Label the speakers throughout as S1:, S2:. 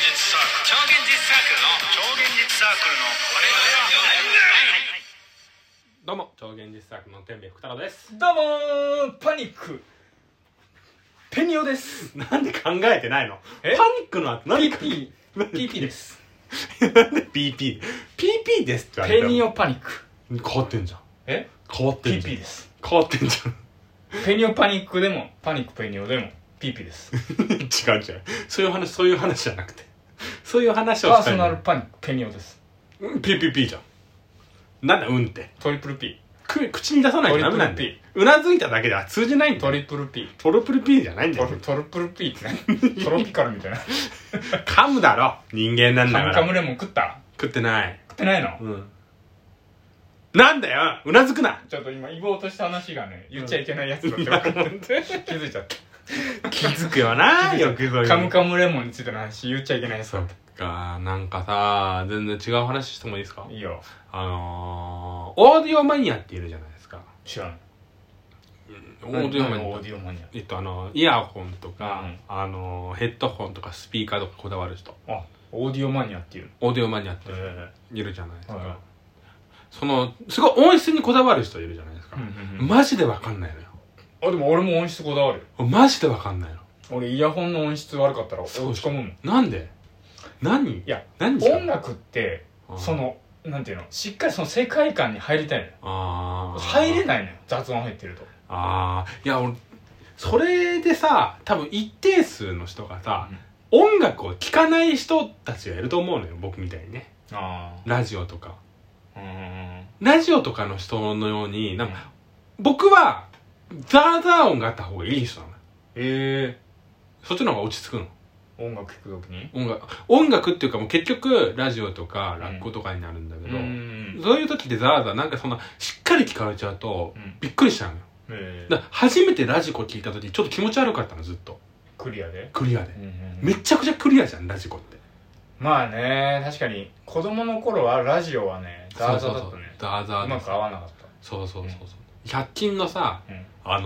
S1: 超現実サークルの
S2: 超現実サークルの
S1: これは
S3: どうも超現実作の天明福太郎です
S4: どうもーパニックペニオです
S3: なんで考えてないのパニ
S4: え
S3: ックの後なんで
S4: PP PP です
S3: なんで PP PP ですって言われ
S4: ペ
S3: ても
S4: ニオパニック
S3: 変わってんじゃん
S4: え
S3: 変わってんじゃん
S4: PP です
S3: 変わってんじゃん
S4: ペニオパニックでもパニックペニオでも PP です
S3: 違う違うそういう話そういう話じゃなくてそういう話を
S4: パー
S3: した
S4: ソ
S3: い
S4: ナ
S3: の
S4: ルパニックペニオです
S3: うん PPP じゃんなんだうんって
S4: トリプル P
S3: く口に出さないとダメなんだようなずいただけでは通じないんだ
S4: ト
S3: よ
S4: リプル P
S3: トロプル P じゃないんだ
S4: ト
S3: よ
S4: ルトルプル P って何トロピカルみたいな
S3: 噛むだろ人間なんだ
S4: カ
S3: か
S4: ム
S3: ら
S4: カムレモン食った
S3: 食ってない
S4: 食ってないの
S3: うんなんだようなずくな
S4: ちょっと今言おうとした話がね言っちゃいけないやつだって分かって気づいちゃった
S3: 気づくよなよくそういうの
S4: カムカムレモンについての話言っちゃいけないやつ
S3: そ
S4: だっ
S3: ったかなんかさ全然違う話してもいいですか
S4: いいよ
S3: あのー、オーディオマニアっているじゃないですか
S4: 知らん
S3: オーディオマニ
S4: オ
S3: ア
S4: ーディオマニア
S3: えっとあのイヤホンとか、
S4: うん
S3: あのヘッドホンとかスピーカーとかこだわる人
S4: あオーディオマニアっていう
S3: オーディオマニアって
S4: え
S3: いるじゃないですか、
S4: はい
S3: そのすごい音質にこだわる人いるじゃないですか、
S4: うんうんうん
S3: マジでわかんないのよ
S4: あでも俺も音質こだわるよ
S3: マジでわかんないの
S4: 俺イヤホンの音質悪かったら落ち
S3: そう
S4: 込むもんい
S3: なんで何
S4: や
S3: 何ですか
S4: 音楽って
S3: うん
S4: そのなんていうのしっかりその世界観に入りたいのよ
S3: あー
S4: 入れないのよ雑音入ってると
S3: ああいや俺それでさ多分一定数の人がさ、
S4: うん
S3: 音楽を聴かない人たちがいると思うのよ僕みたいにね
S4: あ
S3: ラジオとか
S4: あうん
S3: ラジオとかの人のようになんか、僕はザーザー音があった方がいい人なの
S4: え
S3: そっちの方が落ち着くの
S4: え音楽聴くときに
S3: 音楽音楽っていうかもう結局ラジオとかラッコとかになるんだけど、
S4: ん
S3: そういう時ってザーザーなんかそんなしっかり聞かれちゃうと
S4: うん
S3: びっくりしちゃうのよ
S4: ええ
S3: だから初めてラジコ聞いた時ちょっと気持ち悪かったのずっと
S4: クリアで
S3: クリアで
S4: うんうんうん
S3: めちゃくちゃクリアじゃんラジコって
S4: まあね確かに子供の頃はラジオはねザーザーだったね
S3: ザーザ
S4: う
S3: ーだ
S4: ま
S3: っ
S4: く合わなかった
S3: そうそうそうそう100均のさ
S4: うん
S3: あ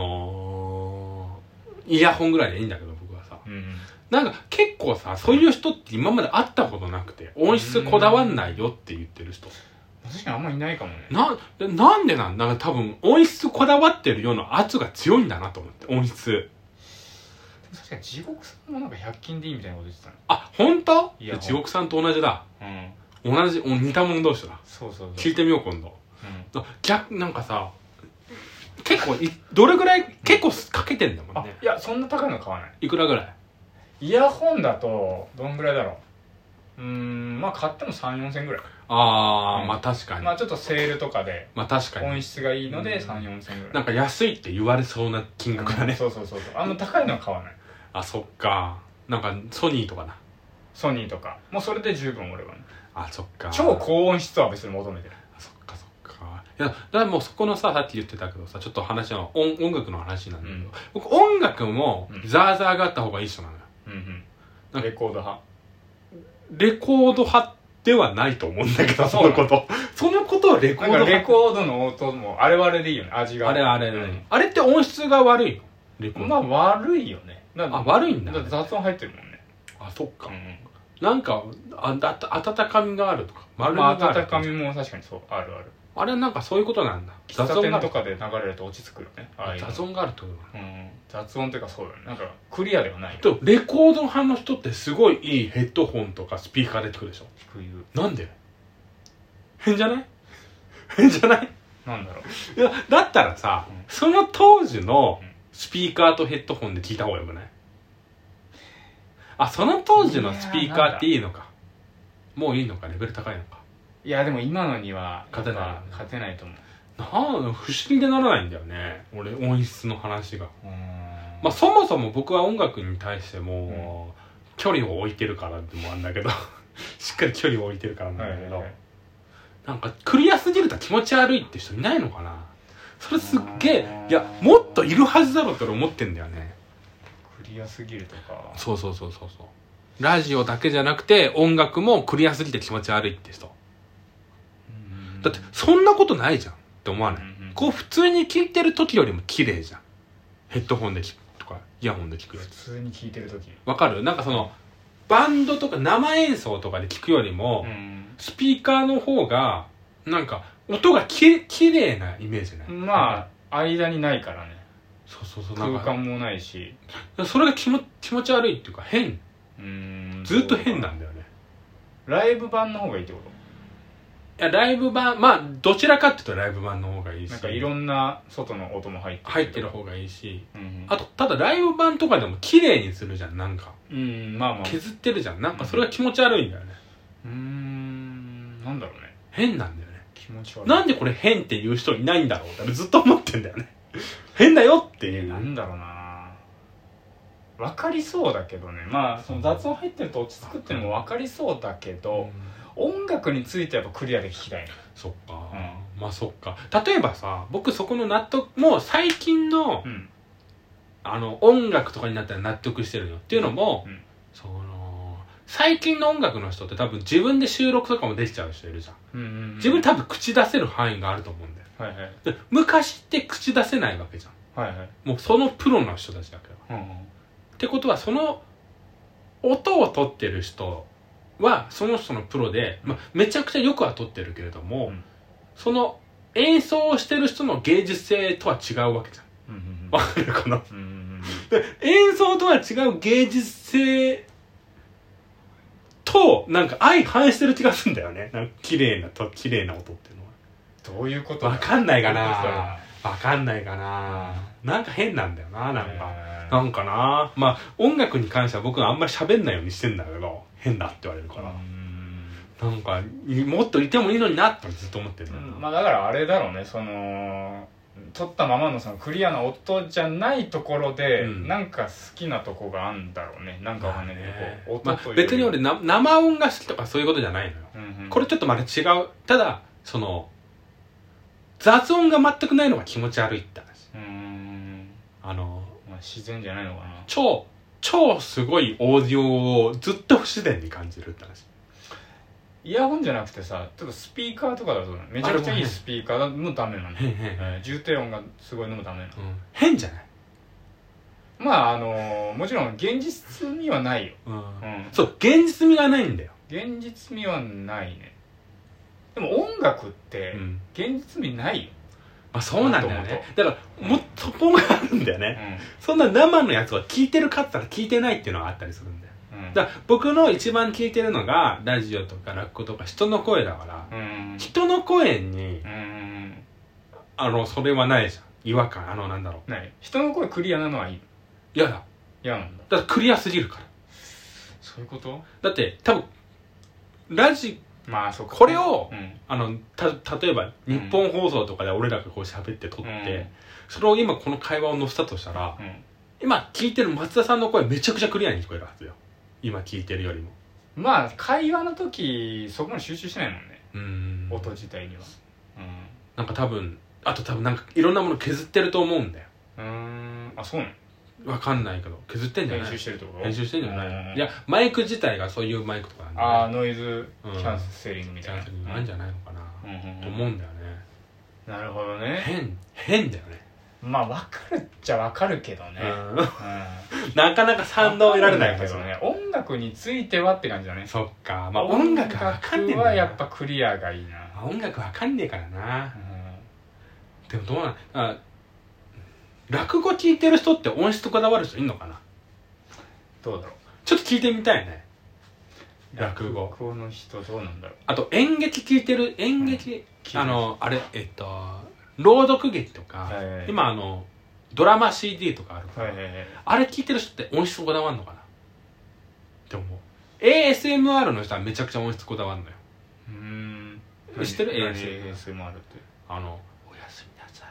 S3: のー、イヤホンぐらいでいいんだけど僕はさ
S4: うん
S3: なんか結構さそういう人って今まで会ったことなくて音質こだわんないよって言ってる人
S4: 確かにあんまいないかもね
S3: なでなんでなんなんか多分音質こだわってるような圧が強いんだなと思って音質
S4: 確かに地獄さんもなんか100均でいいみたいなこと言ってたね
S3: あ本当
S4: イヤホン
S3: 地獄さんと同じだ
S4: うん
S3: 同じお似た者同士だ
S4: そうそうそ
S3: 聞
S4: う
S3: いてみよう今度
S4: うん
S3: あ逆なんかさ結構いどれぐらい結構かけてんだもん
S4: あ
S3: ね
S4: いやそんな高いの買わない
S3: いくらぐらい
S4: イヤホンだとどんぐらいだろううーんまあ買っても34000ぐらい
S3: あー、
S4: うん
S3: まあ確かに
S4: ま
S3: ま
S4: あちょっとセールとかで
S3: あ確か
S4: 音
S3: に
S4: 質がいいので
S3: うん
S4: 34000ぐら
S3: ないんか安いって言われそうな金額だね、
S4: そうそうそうそうあんま高いのは買わない
S3: あそっかなんかソニーとかな
S4: ソニーとかもうそれで十分俺はね
S3: あそっか
S4: 超高音質は別に求めてる
S3: あそっかそっかいやだからもうそこのささっき言ってたけどさちょっと話は音音楽の話なんだけど、
S4: うん
S3: 僕音楽も
S4: うん
S3: ザーザーがあった方がいい人なのよ
S4: うん
S3: な
S4: うんん
S3: か
S4: レコード派
S3: レコード派ではないと思うんだけど
S4: あ
S3: そ
S4: そう
S3: の
S4: な
S3: こ
S4: の
S3: とそのことをレコー
S4: な
S3: ド
S4: んか
S3: 派
S4: レコードの音もあれはあれでいいよね味が
S3: あれあれ、
S4: うん
S3: あれって音質が悪いのレコード、
S4: まあ悪いよねだ
S3: あ悪いんだ
S4: だって雑音入ってるもんね
S3: あそっか、
S4: う
S3: なんかあだ温かみがあるとか丸
S4: ん、
S3: み
S4: ま
S3: があ
S4: あ
S3: るとか,、
S4: 温かみも確かにそうあるある
S3: あれはなんかそういうことなんだ
S4: 喫茶
S3: が
S4: 店
S3: ある
S4: とかで流れると落ち着くよねああいうの
S3: 雑音があるってことなんだ
S4: うん、雑音っていうかそうだねなんかクリアではないよ
S3: とレコード派の人ってすごいいいヘッドホンとかスピーカー出てくるでしょ
S4: 低い
S3: な んで変じゃない変じゃない
S4: なんだろう
S3: いやだったらさ、
S4: うん
S3: その当時の
S4: うん
S3: スピーカーとヘッドホンで聞いた方がよくないあその当時のスピーカーっていいのかもういいのかレベル高いのか
S4: いやでも今のには
S3: 勝てない
S4: やっぱ勝てないと思う
S3: なんだ不思議でならないんだよね俺音質の話が
S4: うーん
S3: まあそもそも僕は音楽に対しても、距離を置いてるからでもあんだけど しっかり距離を置いてるからなんだ
S4: はい
S3: け
S4: はい
S3: ど、
S4: はい
S3: なんかクリアすぎると気持ち悪いって人いないのかなそれすっげえ
S4: うん
S3: いやもっといるはずだろうって俺思ってんだよね
S4: クリアすぎるとか
S3: そうそうそうそうそうラジオだけじゃなくて音楽もクリアすぎて気持ち悪いって人
S4: うん
S3: だってそんなことないじゃんって思わ
S4: う
S3: ない、
S4: んうん
S3: こう普通に聴いてる時よりも綺麗じゃんヘッドホンで聴くとかイヤホンで聴くより
S4: 普通に聞いてる時
S3: わかるなんかそのバンドとか生演奏とかで聞くよりも、
S4: うん
S3: スピーカーの方がなんか音がききれいなイメージない
S4: まあ間にないからね
S3: そうそうそうなん
S4: 空
S3: か
S4: 間もないし
S3: それが気も気持ち悪いっていうか変
S4: うん
S3: ずっと変なんだよね
S4: ライブ版の方がいいってこ
S3: いやライブ版まあどちらかっていうとライブ版の方がいい
S4: と
S3: し
S4: なんかいろんな外の音も入って
S3: 入ってる方がいいし
S4: うん
S3: あとただライブ版とかでも綺麗にするじゃんなんか
S4: うんまあまあ
S3: 削ってるじゃんなんかそれが気持ち悪いんだよね
S4: うんなんだろうね
S3: 変なんだよね
S4: 気持ち悪い
S3: なんでこれ変って言う人いないんだろうって俺ずっと思ってんだよね 変だよっていう
S4: なんだろうな分かりそうだけどねまあその雑音入ってると落ち着くっていうのも分かりそうだけ
S3: うん
S4: ど、音楽についてはやっぱクリアで聞きたいな
S3: そっか、
S4: う
S3: まあそっか例えばさ僕そこの納得もう最近の,、
S4: ん
S3: あの音楽とかになったら納得してるよっていうのも、
S4: うん
S3: その最近の音楽の人って多分自分で収録とかもできちゃう人いるじゃん
S4: うんうんうん
S3: 自分多分口出せる範囲があると思うんだよ
S4: はいはい
S3: で昔って口出せないわけじゃん
S4: はいはい
S3: もうそのプロの人たちだから
S4: うんうん
S3: ってことはその音を取ってる人はその人のプロで、まあ、めちゃくちゃよくは取ってるけれども、
S4: うん
S3: その演奏をしてる人の芸術性とは違うわけじゃん。
S4: うんうん
S3: わかるかな
S4: うんうん
S3: 演奏とは違う芸術性となんか相反してる気がするんだよね。なんか綺麗なと綺麗な音っていうの
S4: どういうこと
S3: は。わかんないかな。
S4: な
S3: わかんないかな。なんか変なんだよな。なんか。
S4: ん
S3: なんかなまあ音楽に関しては僕はあんまり喋んないようにしてんだけど変だって言われるから、なんかもっといてもいいのになってずっと思ってる、
S4: まあだからあれだろうねその取ったままのそのクリアな音じゃないところで、
S3: うん
S4: なんか好きなとこがあんだろうねなんかわかんないけど、こう音
S3: ま
S4: とい
S3: あ
S4: うより、
S3: 別に俺な生音が好きとかそういうことじゃないのよ、
S4: うんうん、
S3: これちょっとまた違うただその雑音が全くないのが気持ち悪いって話
S4: うーん、
S3: あの
S4: まあ、自然じゃないのかな
S3: 超超すごいオーディオをずっと不自然に感じるって話
S4: イヤホンじゃなくてさちょっとスピーカーとかだとめちゃくちゃいいスピーカーだもうダメなの、
S3: 変変変、
S4: えー重低音がすごいのもダメなの
S3: うん、変じゃない、
S4: まああのーもちろん現実味はないよ、
S3: うん
S4: うん、
S3: そう現実味がないんだよ、
S4: 現実味はないねでも音楽っ
S3: う
S4: て
S3: ん
S4: 現実味ないよ、
S3: まあそうなんだよね
S4: も
S3: だからもっとそこがあるんだよ
S4: う
S3: ね
S4: ん
S3: そんな生のやつは聞いてるかって言ったら聞いてないっていうのがあったりするんだよ
S4: うん
S3: だから僕の一番聞いてるのがラジオとか落語とか人の声だから
S4: うん
S3: 人の声に
S4: うん
S3: あのそれはないじゃん違和感あのなんだろう
S4: ない人の声クリアなのはいい
S3: 嫌だ
S4: 嫌なんだ
S3: だってクリアすぎるから
S4: そういうこと
S3: だって多分ラジ
S4: まあそっか
S3: これを
S4: うん
S3: あのた例えば日本放送とかで俺らがこう喋って撮って、それを今この会話を載せたとしたら
S4: うんうん
S3: 今聞いてる松田さんの声めちゃくちゃクリアに聞こえるはずよ今聞いてるよりも
S4: まあ会話の時そこに集中しないもんね
S3: うん
S4: 音自体には
S3: なんか多分あと多分なんかいろんなもの削ってると思うんだよ
S4: うんうーんあそうな
S3: わかんないけど削ってんじゃ
S4: の
S3: な
S4: 練
S3: い
S4: 習してるってこと
S3: 練習してんじゃ
S4: う
S3: ない
S4: ん
S3: いやマイク自体がそういうマイクとかなんじゃ
S4: ああ
S3: ない
S4: ノイズキャンセリングみ
S3: じ
S4: た
S3: ゃ
S4: い
S3: な
S4: な
S3: くてなんじゃないのかな
S4: うんうん
S3: と
S4: うん
S3: 思うんだよね
S4: なるほどね
S3: 変変だよね
S4: まあ分かるっちゃ分かるけどね、うん、
S3: うん なかなか反応得られない
S4: け
S3: け
S4: ど
S3: ど
S4: ね音楽についてはって感じだね
S3: そっかまあ音楽はわかんねえ
S4: 音楽
S3: ん
S4: は
S3: だよ
S4: やっ
S3: な
S4: ぱクリアがいいな、
S3: あ音楽わかんねえからなでもどうなんあ落語聞いてる人って音質こだわる人いんのかな
S4: どうだろ
S3: ちょっと聞いてみたいね
S4: う
S3: 落語
S4: 落語の人どうなんだろう
S3: あと演劇聞いてる演劇、
S4: うん
S3: あのあれえっと朗読劇とか、
S4: はいはいはい
S3: 今あのドラマ CD とかあるから、
S4: はいはいはい
S3: あれ聞いてる人って音質こだわるのかなって思う ASMR の人はめちゃくちゃ音質こだわるのよ
S4: うーん
S3: 知ってる
S4: 何
S3: ASMR
S4: ASMR って
S3: あのおやすみなさい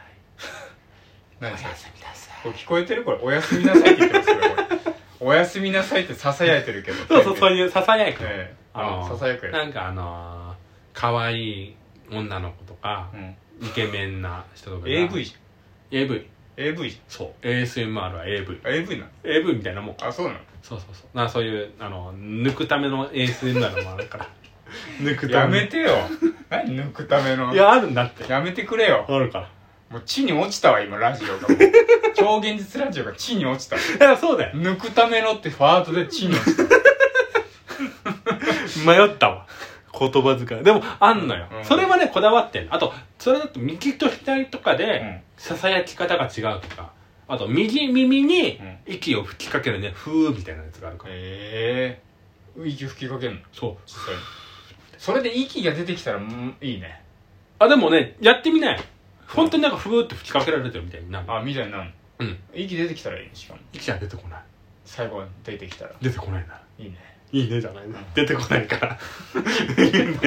S3: お
S4: 何
S3: や
S4: それ
S3: すみなさ
S4: こ
S3: い
S4: れ聞こえてるこれおやすみなさいって言ってますよこれおやすみなさいってささやいてるけど
S3: そうそうそういうささやく、
S4: ええ
S3: あ
S4: あ
S3: の
S4: ささやくやつ
S3: なんかあのー、可愛い女の子とか
S4: う、ん
S3: イケメンな人とかが
S4: AV じ
S3: AV
S4: ゃん AV じ
S3: そう ASMR は AVAV
S4: ゃんあ AV なの
S3: みたいなもん
S4: あそうなの
S3: そうそうそうなそういうあの抜くための ASMR もあるから抜く
S4: や
S3: ため
S4: めてよ何抜くための
S3: いやあるんだって
S4: やめてくれよ
S3: あるから
S4: もう地に落ちたわ今ラジオがもう超現実ラジオが地に落ちた
S3: いやそうだよ
S4: 抜くためのってファードで地に落ちた
S3: 迷ったわ言葉遣いでもあんのよ、
S4: うん
S3: それはねこだわってんのあとそれだと右と左とか
S4: う
S3: で
S4: ん
S3: ささやき方が違うとかあと右耳に
S4: うん
S3: 息を吹きかけるね「ふー」みたいなやつがあるから、
S4: ええ息吹きかけるの
S3: そう
S4: 実際にそれで息が出てきたらうんいいね
S3: あでもねやってみない本当になんかふーって吹きかけられてるみたいになんか
S4: あみたいになる
S3: うん
S4: 息出てきたらいいねしかも
S3: 息は出てこない
S4: 最後出てきたら
S3: 出てこないない
S4: いね
S3: いいねじゃないね出てこないから いいね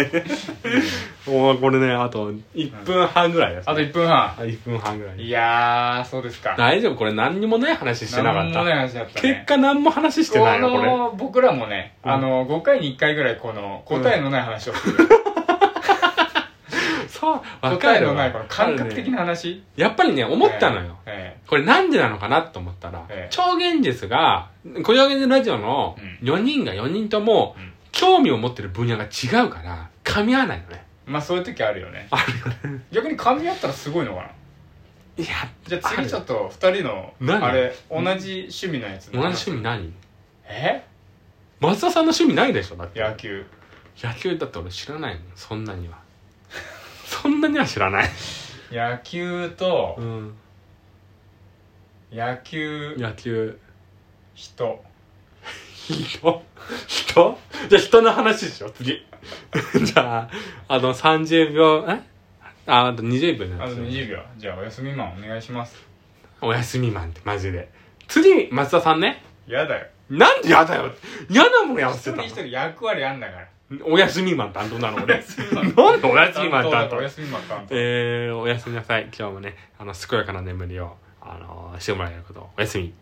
S3: もうこれねあと1分半ぐらいです、
S4: あと1分半
S3: あ一1分半ぐらい
S4: いやーそうですか
S3: 大丈夫これ何にもない話してなか
S4: 何も
S3: った、
S4: ない話だったね
S3: 結果何も話してないよこ
S4: こ
S3: れ
S4: の僕らもね、
S3: うん
S4: あの5回に1回ぐらいこの答えのない話をす る、
S3: そうわか
S4: 答え
S3: る
S4: の
S3: わ
S4: ないこの感覚
S3: わかる
S4: 的
S3: ね
S4: な話
S3: やっぱりね思ったのよ、
S4: え
S3: これなんでなのかなと思ったら、
S4: ええ
S3: 超現実が「こよげラジオ」の
S4: うん
S3: 4人が4人とも
S4: うん
S3: 興味を持ってる分野が違うから噛み合わないのね
S4: えまあそういう時あるよね
S3: あるよね
S4: 逆に噛み合ったらすごいのかない
S3: や
S4: じゃあ次ちょっ
S3: と
S4: と2人の
S3: 何
S4: あれ同じ趣味のやつ
S3: 同じ趣味何
S4: え
S3: 松田さんの趣味ないでしょだって
S4: 野球
S3: 野球だって俺知らないもんそんなにはそんなには知らない
S4: 野球と
S3: うん
S4: 野球
S3: 野球
S4: 人
S3: 人人じゃあ人の話しよ う次じゃああの30秒えああと20秒
S4: あ
S3: な
S4: と
S3: んですよ
S4: 20秒じゃあお休みマンお願いします
S3: おやすみマンってマジで次松田さんね
S4: やだよ
S3: なんでやだよ嫌なものやら
S4: 一
S3: せて
S4: 人
S3: た
S4: 一人役割あんだから
S3: のおやすみマン担当なの俺
S4: マン
S3: なんでおやすみマン担当
S4: お休みマン担当
S3: えー、おやすみなさい今日もねあの健やかな眠りをあのしてもらえることをおやすみ